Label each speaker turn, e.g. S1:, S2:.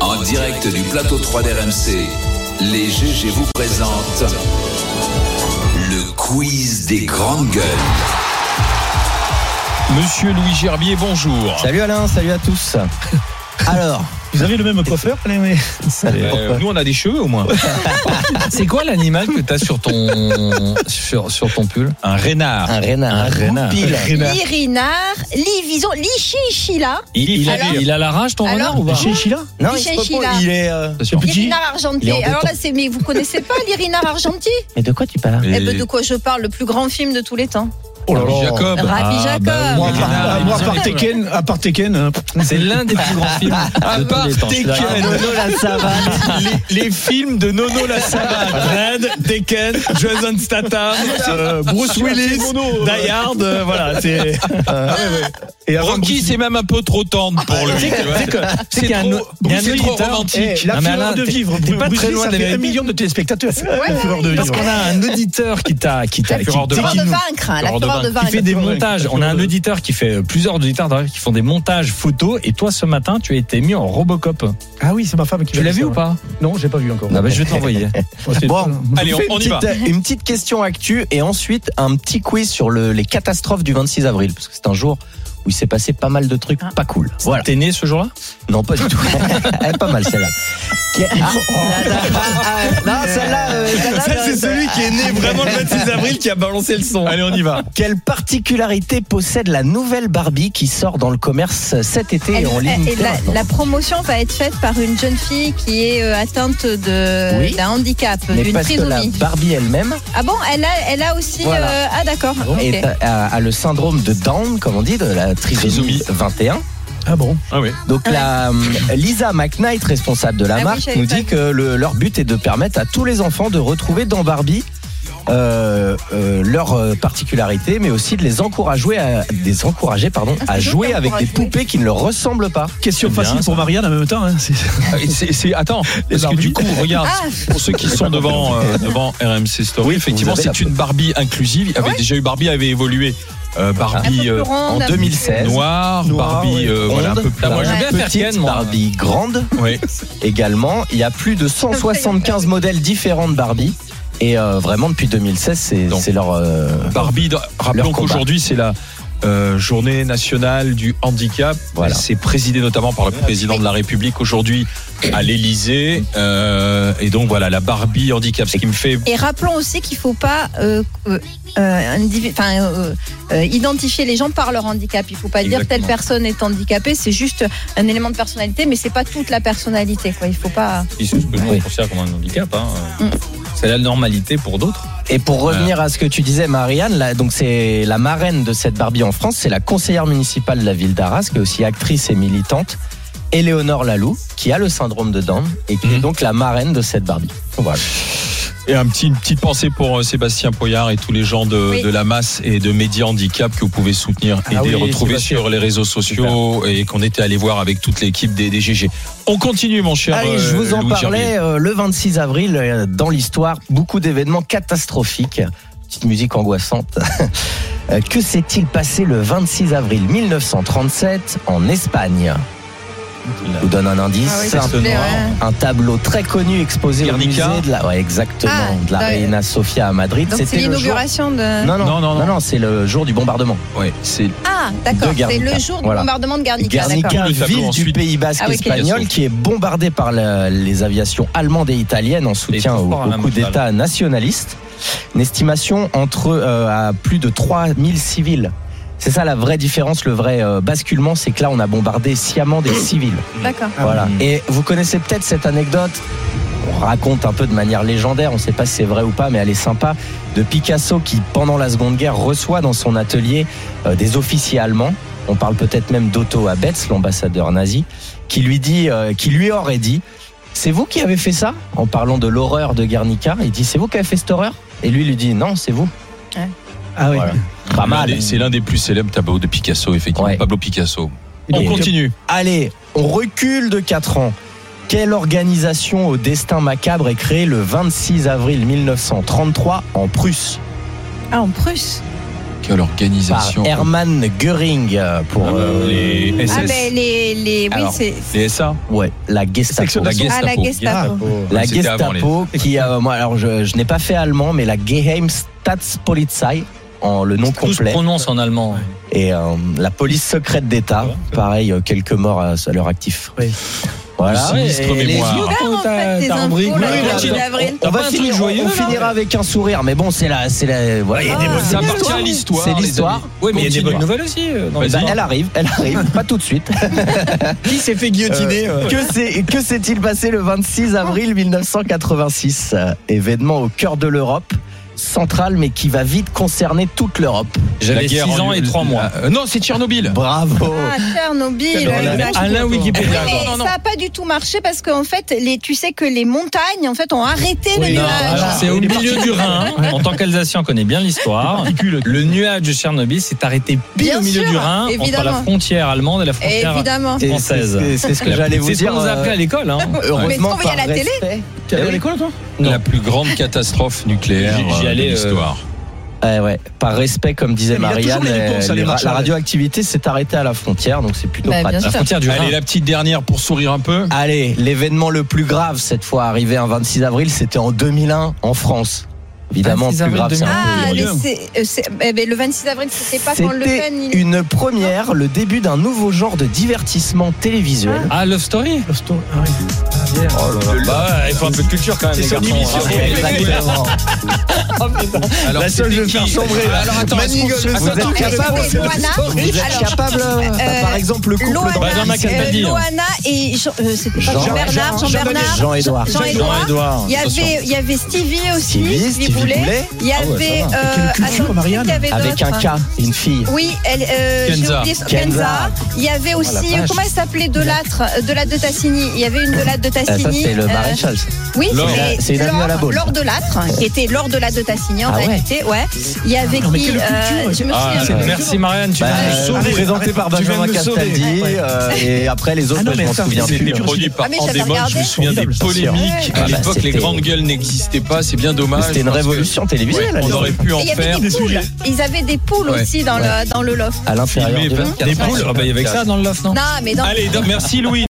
S1: En direct du plateau 3 d'RMC, les GG vous présentent le quiz des grandes gueules.
S2: Monsieur Louis Gerbier, bonjour.
S3: Salut Alain, salut à tous. Alors,
S4: Vous avez le même coiffeur allez, mais...
S2: Euh, nous, on a des cheveux au moins.
S5: C'est quoi l'animal que t'as sur ton sur, sur ton pull
S2: Un renard.
S3: un renard, un
S4: renard.
S3: pile.
S6: Lirinard, Livison, Lichichila,
S2: Il, il a
S6: Alors-
S2: dit-
S5: Il a la rage ton
S6: Alors
S5: renard ou pas
S4: Chinchilla
S3: Non, il se repose,
S6: Chinchilla.
S3: il est. euh,
S5: Pas sûr.
S6: Lirinard
S3: Il est en
S6: Argentier. Alors là, c'est mais vous connaissez pas Lirinard Argentier
S3: Mais de quoi tu parles
S2: Et-
S6: Eh ben de quoi je parle, le plus grand film de tous les temps.
S4: Oh là là.
S2: Jacob. Ah,
S6: Rabbi Jacob.
S5: bah oui,
S4: Moi, à
S5: le
S4: part-
S5: renard,
S4: à-
S5: il
S4: moi, à
S5: me
S4: part
S5: semble.
S4: Tekken, à part Tekken, hein,
S5: C'est l'un des plus grands films de tous les temps. Je suis
S2: Tekken.
S5: d'accord.
S3: Nono la savane.
S2: les, les films de Nono la savane. Red, Tekken, Jason Statham, euh, Bruce Willis, Die Hard, euh, voilà. c'est-
S4: et avant
S2: Rocky, c'est même un peu trop tendre pour lui. tu vois.
S5: qu'il y a un-
S2: trop-
S5: il y a un
S2: c'est trop
S5: auditeur-
S2: romantique.
S4: Eh, la
S5: Non, mais
S4: fureur
S5: Alain,
S4: de
S5: t'es-
S4: vivre.
S5: t'es pas
S4: Bruce
S5: très
S4: Willis,
S5: loin
S4: ça
S5: de la
S4: fait un
S5: vérité.
S4: million de téléspectateurs. La fureur de
S5: Parce
S4: vivre.
S5: qu'on a un auditeur qui t'a qui t'a
S6: La
S5: qui,
S6: fureur de
S5: qui-
S6: vaincre, hein, la fureur de
S5: qui fait
S6: vaincre.
S5: des montages. On a un auditeur qui fait euh, plusieurs auditeurs d'ailleurs, qui font des montages photos. Et toi, ce matin, tu as été mis en Robocop.
S4: Ah oui, c'est ma femme qui
S5: Tu
S4: m'a
S5: l'as
S4: dit
S5: vu
S4: ça,
S5: ou
S4: ouais.
S5: pas
S4: Non, j'ai pas vu encore.
S5: Ah bah, je vais te l'envoyer.
S4: Moi, c'est-
S3: Bon.
S4: Moi,
S2: Allez,
S3: Je
S2: on,
S3: vous fais
S2: on y
S3: une
S2: va.
S3: petite- Une petite question actu et ensuite un petit quiz sur le- les catastrophes du 26 avril parce que c'est un jour où il s'est passé pas mal de trucs pas cool. Voilà.
S5: T'es né ce jour-là
S3: Non, pas du tout. Elle est pas mal celle-là. Qui- Ah, ah, ah, non, celle-là. euh, celle-là,
S2: Ça, c'est
S3: euh,
S2: celui qui est né vraiment le 26 avril qui a balancé le son. Allez, on y va.
S3: Quelle particularité possède la nouvelle Barbie qui sort dans le commerce cet été
S6: Elle-
S3: et en ligne
S6: et
S3: dès
S6: la,
S3: maintenant
S6: la promotion va être faite par une jeune fille qui est euh, atteinte de
S3: Oui.
S6: d'un handicap,
S3: Mais
S6: d'une
S3: parce que la
S6: trisomie.
S3: Barbie elle-même
S6: Ah bon, elle a, elle a aussi.
S3: Voilà.
S6: euh, ah d'accord. ok.
S3: est- a, a le syndrome de Down, comme on dit, de la trisomie,
S2: Trisomie.
S3: 21.
S4: Ah bon
S2: Ah oui.
S3: Donc la, hum, Lisa McKnight, responsable de la
S6: Ah oui,
S3: marque,
S6: j'avais
S3: nous
S6: pas
S3: dit
S6: vu.
S3: que le- leur but est de permettre à tous les enfants de retrouver dans Barbie euh, euh, leurs euh, particularités, mais aussi de les encourager à, des encourager, pardon,
S6: Ah, c'est
S3: à
S6: bien
S3: jouer avec des
S6: d'encourager.
S3: poupées qui ne leur ressemblent pas.
S4: Question
S2: J'aime bien
S4: facile
S2: ça.
S4: pour Marianne en même temps. hein, c'est-
S2: C'est, c'est- attends, parce que
S4: Barbie.
S2: du coup, regarde,
S6: Ah.
S2: pour ceux qui
S3: J'ai
S2: sont
S3: pas compris
S2: devant,
S3: non plus.
S2: euh, devant RMC Story,
S3: Oui,
S2: effectivement,
S3: vous avez la
S2: c'est une Barbie inclusive. Il y avait
S6: Ouais.
S2: déjà eu Barbie, avait évolué.
S3: Ah.
S2: euh,
S6: Un peu
S2: Barbie
S6: plus
S2: euh,
S6: ronde,
S3: en
S6: un peu plus-
S3: 2016.
S2: noire,
S4: Noire,
S2: Barbie,
S4: ouais.
S2: euh, voilà, un peu plus.
S3: Ronde, Ah,
S5: moi, je veux bien faire
S3: petite
S5: Ken, moi.
S3: Barbie grande.
S2: Ouais.
S3: également. Il y a plus de 175 modèles différents de Barbie. Et euh, vraiment, depuis 2016, c'est
S2: Donc,
S3: c'est leur. euh,
S2: Barbie, dans- rappelons
S3: Leur combat.
S2: qu'aujourd'hui, c'est la euh, journée nationale du handicap.
S3: Voilà.
S2: C'est présidé notamment par le président de la République aujourd'hui à l'Élysée. Euh, et donc, voilà, la Barbie handicap, ce qui me fait.
S6: Et rappelons aussi qu'il ne faut pas euh, euh, euh, indivi- enfin, euh, euh, identifier les gens par leur handicap. Il ne faut pas dire
S2: Exactement.
S6: telle personne est handicapée. C'est juste un élément de personnalité, mais c'est pas toute la personnalité. Quoi. Il faut pas.
S5: C'est ce que
S3: Oui.
S5: je considère comme un handicap. hein.
S6: Mm.
S5: C'est la normalité pour d'autres.
S3: Et pour revenir à ce que tu disais, Marianne, là, donc c'est la marraine de cette Barbie en France, c'est la conseillère municipale de la ville d'Arras, qui est aussi actrice et militante, Éléonore Lalou, qui a le syndrome de Down et qui est
S2: Mhm.
S3: donc la marraine de cette Barbie. Voilà.
S2: Et un petit, une petite pensée pour euh, Sébastien Poyard et tous les gens de,
S6: Oui.
S2: de la masse et de médias handicap que vous pouvez soutenir, aider,
S4: oui,
S2: retrouver
S4: Sébastien.
S2: sur les réseaux sociaux et qu'on était allé voir avec toute l'équipe des, des GG. On continue, mon cher.
S3: Allez, je
S2: euh,
S3: vous en
S2: Louis Gerbier.
S3: parlais euh, le 26 avril euh, dans l'histoire, beaucoup d'événements catastrophiques. Petite musique angoissante. Euh, que s'est-il passé le 26 avril 1937 en Espagne Je vous donne un indice.
S6: Ah oui, s'il te plaît, ouais.
S3: un, un tableau très connu exposé
S2: Guernica.
S3: au musée de la, ouais, exactement,
S6: Ah,
S3: de la
S6: ouais.
S3: Reina Sofia à Madrid.
S6: Donc c'est
S3: C'était le jour.
S6: l'inauguration de.
S3: Non non,
S2: Non,
S3: non,
S2: non, non.
S3: c'est le jour du bombardement.
S2: Ouais, c'est
S6: Ah, d'accord.
S3: de
S6: C'est
S3: Guernica.
S6: le jour
S3: Voilà.
S6: du bombardement de Ah, Guernica. d'accord.
S3: Guernica,
S2: Le tableau
S3: ville du
S2: ensuite.
S3: Pays Basque
S6: Ah oui, ok.
S3: espagnol, qui est bombardée par la- les aviations allemandes et italiennes en soutien au,
S5: transports à
S3: au
S5: la
S3: coup
S5: mondiale.
S3: d'État nationaliste. Une estimation entre euh, à plus de 3000 civils. C'est ça la vraie différence, le vrai euh, basculement, c'est que là on a bombardé sciemment des civils.
S6: D'accord.
S3: Voilà. Et vous connaissez peut-être cette anecdote. On raconte un peu de manière légendaire, on ne sait pas si c'est vrai ou pas, mais elle est sympa, de Picasso qui, pendant la Seconde Guerre, reçoit dans son atelier euh, des officiers allemands. On parle peut-être même d'Otto Abetz, l'ambassadeur nazi, qui lui dit, euh, qui lui aurait dit, c'est vous qui avez fait ça En parlant de l'horreur de Guernica, il dit, c'est vous qui avez fait cette horreur Et lui lui dit, non, c'est vous.
S4: Ah oui.
S3: Voilà. Pas mal.
S2: L'un des- C'est l'un des plus célèbres tableaux de Picasso, effectivement.
S3: Ouais.
S2: Pablo Picasso.
S3: Et-
S2: On continue.
S3: Allez, on recule de 4 ans. Quelle organisation au destin macabre est créée le 26 avril 1933 en Prusse
S6: Ah, en Prusse.
S7: Quelle
S3: par
S7: organisation.
S3: Hermann Göring euh, pour
S2: Ah bah,
S3: euh,
S2: les
S6: Ah,
S2: SS,
S6: ben les. les oui,
S3: Alors,
S6: c'est.
S2: les SA.
S3: ouais, la Gestapo.
S7: La
S6: Ah, la
S7: Gestapo.
S6: Gestapo.
S3: La
S7: C'était avant les-
S3: Gestapo qui a moi alors je, je n'ai pas fait allemand mais la Geheimstaatspolizei en le nom
S2: Tout se
S3: complet
S2: prononce en allemand.
S3: et euh, la police secrète d'État pareil euh, quelques morts à, à leur actif.
S4: Oui.
S3: Voilà.
S7: Sinistre
S3: Et les
S7: mémoire.
S3: autres,
S6: Ah, en fait, tes
S2: t'as un
S6: infos,
S2: brick.
S6: là,
S3: Oui,
S6: le
S3: là,
S6: 10
S3: là.
S6: d'avril.
S3: on va
S2: pas un
S3: finir,
S2: truc joyeux,
S3: on
S2: là
S3: finira avec un sourire mais bon c'est la c'est la voilà.
S6: Ah, c'est
S2: Ça appartient
S6: l'histoire.
S2: à l'histoire.
S3: C'est
S2: les
S3: l'histoire.
S2: amis. Ouais, mais il y a des
S3: Continue.
S2: bonnes nouvelles aussi. euh, dans les
S3: Bah,
S2: histoires.
S3: elle arrive, elle arrive, pas tout de suite.
S8: Qui s'est fait guillotiner euh,
S3: Que s'est- que s'est-il passé le 26 avril 1986 euh, Événement au cœur de l'Europe centrale, mais qui va vite concerner toute l'europe.
S2: J'avais
S7: La
S2: 6
S7: guerre en-
S2: ans et 3 mois.
S7: Ah, euh, non, c'est Tchernobyl.
S3: Bravo
S6: Ah, Tchernobyl, exact.
S2: Alain
S3: Ah
S2: Wikipédia.
S6: Mais
S2: Non, non, non.
S6: ça n'a pas du tout marché parce qu'en fait, les, tu sais que les montagnes en fait ont arrêté le
S2: Non,
S6: nuage. Ah,
S2: alors, c'est au milieu du Rhin. En tant qu'Alsacien, on connaît bien l'histoire. Le nuage de Tchernobyl s'est arrêté pile
S6: Bien
S2: au milieu
S6: sûr,
S2: du Rhin, entre
S6: évidemment.
S2: la frontière allemande et la frontière
S6: Évidemment.
S3: C'est-
S2: française.
S3: c'est- C'est ce que
S2: La-
S3: j'allais vous
S2: C'est ce
S3: dire.
S2: qu'on nous a appelé
S3: euh,
S2: à l'école. hein.
S3: Heureusement,
S6: Mais est-ce qu'on voyait à la télé
S4: Tu allais à l'école, toi
S7: La plus grande catastrophe nucléaire
S2: J'y- j'y
S7: euh, de
S2: allais, euh,
S7: l'histoire.
S3: Eh ouais, par respect, comme disait
S4: Mais il y a toujours
S3: Marianne,
S4: les réponses,
S3: euh,
S4: ça, les
S3: les ra-
S2: hein.
S4: marchands,
S3: la
S4: ouais.
S3: radioactivité s'est arrêtée à la frontière, donc c'est plutôt
S6: Bah, bien
S3: pratique.
S2: La frontière du Rhin.
S7: Allez, la petite dernière pour sourire un peu.
S3: Allez, l'événement le plus grave cette fois arrivé un 26 avril, c'était en 2001 en France. Évidemment,
S2: 26
S3: plus
S2: avril
S3: grave, c'est un peu
S6: Ah, mais
S3: ironique.
S6: c'est- euh, c'est- eh ben, le 26 avril, c'était pas quand Le
S3: C'était
S6: Pen. il-
S3: une première, le début d'un nouveau genre de divertissement télévisuel.
S2: Ah, Love Story
S4: Love Story. Ah, oui.
S2: Bah, il faut un peu de culture quand même.
S8: C'est
S2: les
S8: son
S2: garçons.
S3: hein.
S8: émission.
S2: Ah,
S8: oui,
S3: Exactement.
S7: Alors,
S8: La seule, je vais
S7: c'était
S8: faire
S7: qui
S8: sombrer. là.
S7: Alors, attends, est-ce qu'on
S8: Manigol,
S7: se-
S8: le
S7: attends,
S8: Vous êtes
S6: attends,
S8: capable,
S6: attends,
S8: c'est la
S6: Loana,
S8: story.
S3: Vous êtes
S6: Alors,
S3: capable, euh,
S6: euh,
S3: par exemple, le couple
S6: Loana,
S3: dans-
S2: Bah, Jean-Marc
S6: euh,
S2: Attali, hein.
S6: Loana et Jean, euh, c'était pas
S3: Jean-
S6: Jean-Bernard,
S3: Jean-
S6: Jean-Bernard,
S3: Jean-Édouard.
S6: Jean-Édouard.
S2: Jean-Édouard.
S6: Il y avait, il y avait Stevie aussi,
S3: Stevie, Stevie Boulet.
S6: Il y
S3: Ah ouais,
S6: avait,
S3: ça va.
S6: euh,
S4: Quelle culture,
S6: attends, qui
S4: Marianne.
S6: qu'il y avait hein.
S3: avec un
S6: d'autre
S3: K, une fille.
S6: Oui, elle, euh, j'ai
S7: Kenza.
S6: oublié son-
S3: Kenza. Oh,
S6: Kenza. Il y avait aussi,
S3: la
S6: euh,
S3: vache.
S6: comment elle s'appelait, Delattre, euh, Delattre de Tassigny. Il y avait une Delattre de
S3: Ah,
S6: Tassigny.
S3: ça, c'est le
S6: euh,
S3: maréchal. ça.
S6: oui,
S7: Laure.
S6: mais
S3: C'est une amie
S6: Laure-
S3: à la boule.
S6: Laure Delattre, qui était Laure Delattre de Tassigny en
S3: Ah ouais.
S6: réalité. Ouais. Il y avait
S4: mais
S6: qui
S4: quelle
S6: euh,
S4: culture.
S6: Je me
S2: Ah,
S6: souviens.
S2: euh, merci Marianne, tu
S3: Bah,
S2: viens de nous sauver.
S3: présenté par
S2: Tu viens de
S3: Benjamin
S2: nous
S3: Castaldi
S2: sauver.
S3: euh, et après les autres
S4: Ah non,
S3: bah, je
S4: mais
S3: m'en
S4: ça,
S3: souviens
S4: c'est
S7: C'était
S4: des
S3: plus
S4: cultures.
S7: produit par
S6: Ah, mais j'avais
S7: Andemol, je me
S6: regardé.
S7: souviens des
S4: Formidable, ça, c'est
S7: polémiques.
S3: Ah,
S7: À
S3: bah,
S7: l'époque, les
S3: c'était-
S7: grandes gueules n'existaient pas, c'est bien dommage.
S3: c'était une
S7: parce que-
S3: révolution
S7: Ouais,
S3: télévisuelle à
S7: On
S3: l'époque.
S7: aurait pu en
S6: Et il y avait
S7: faire.
S6: des poules. Ils avaient des poules
S7: Ouais.
S6: aussi dans le dans le loft.
S3: à l'intérieur
S7: Filmé
S3: du-
S7: 24
S2: Ah, Des poules Ah, bah, il y bah, avait que ça dans le loft, non
S6: Non, mais dans
S2: Allez, donc, merci Louis.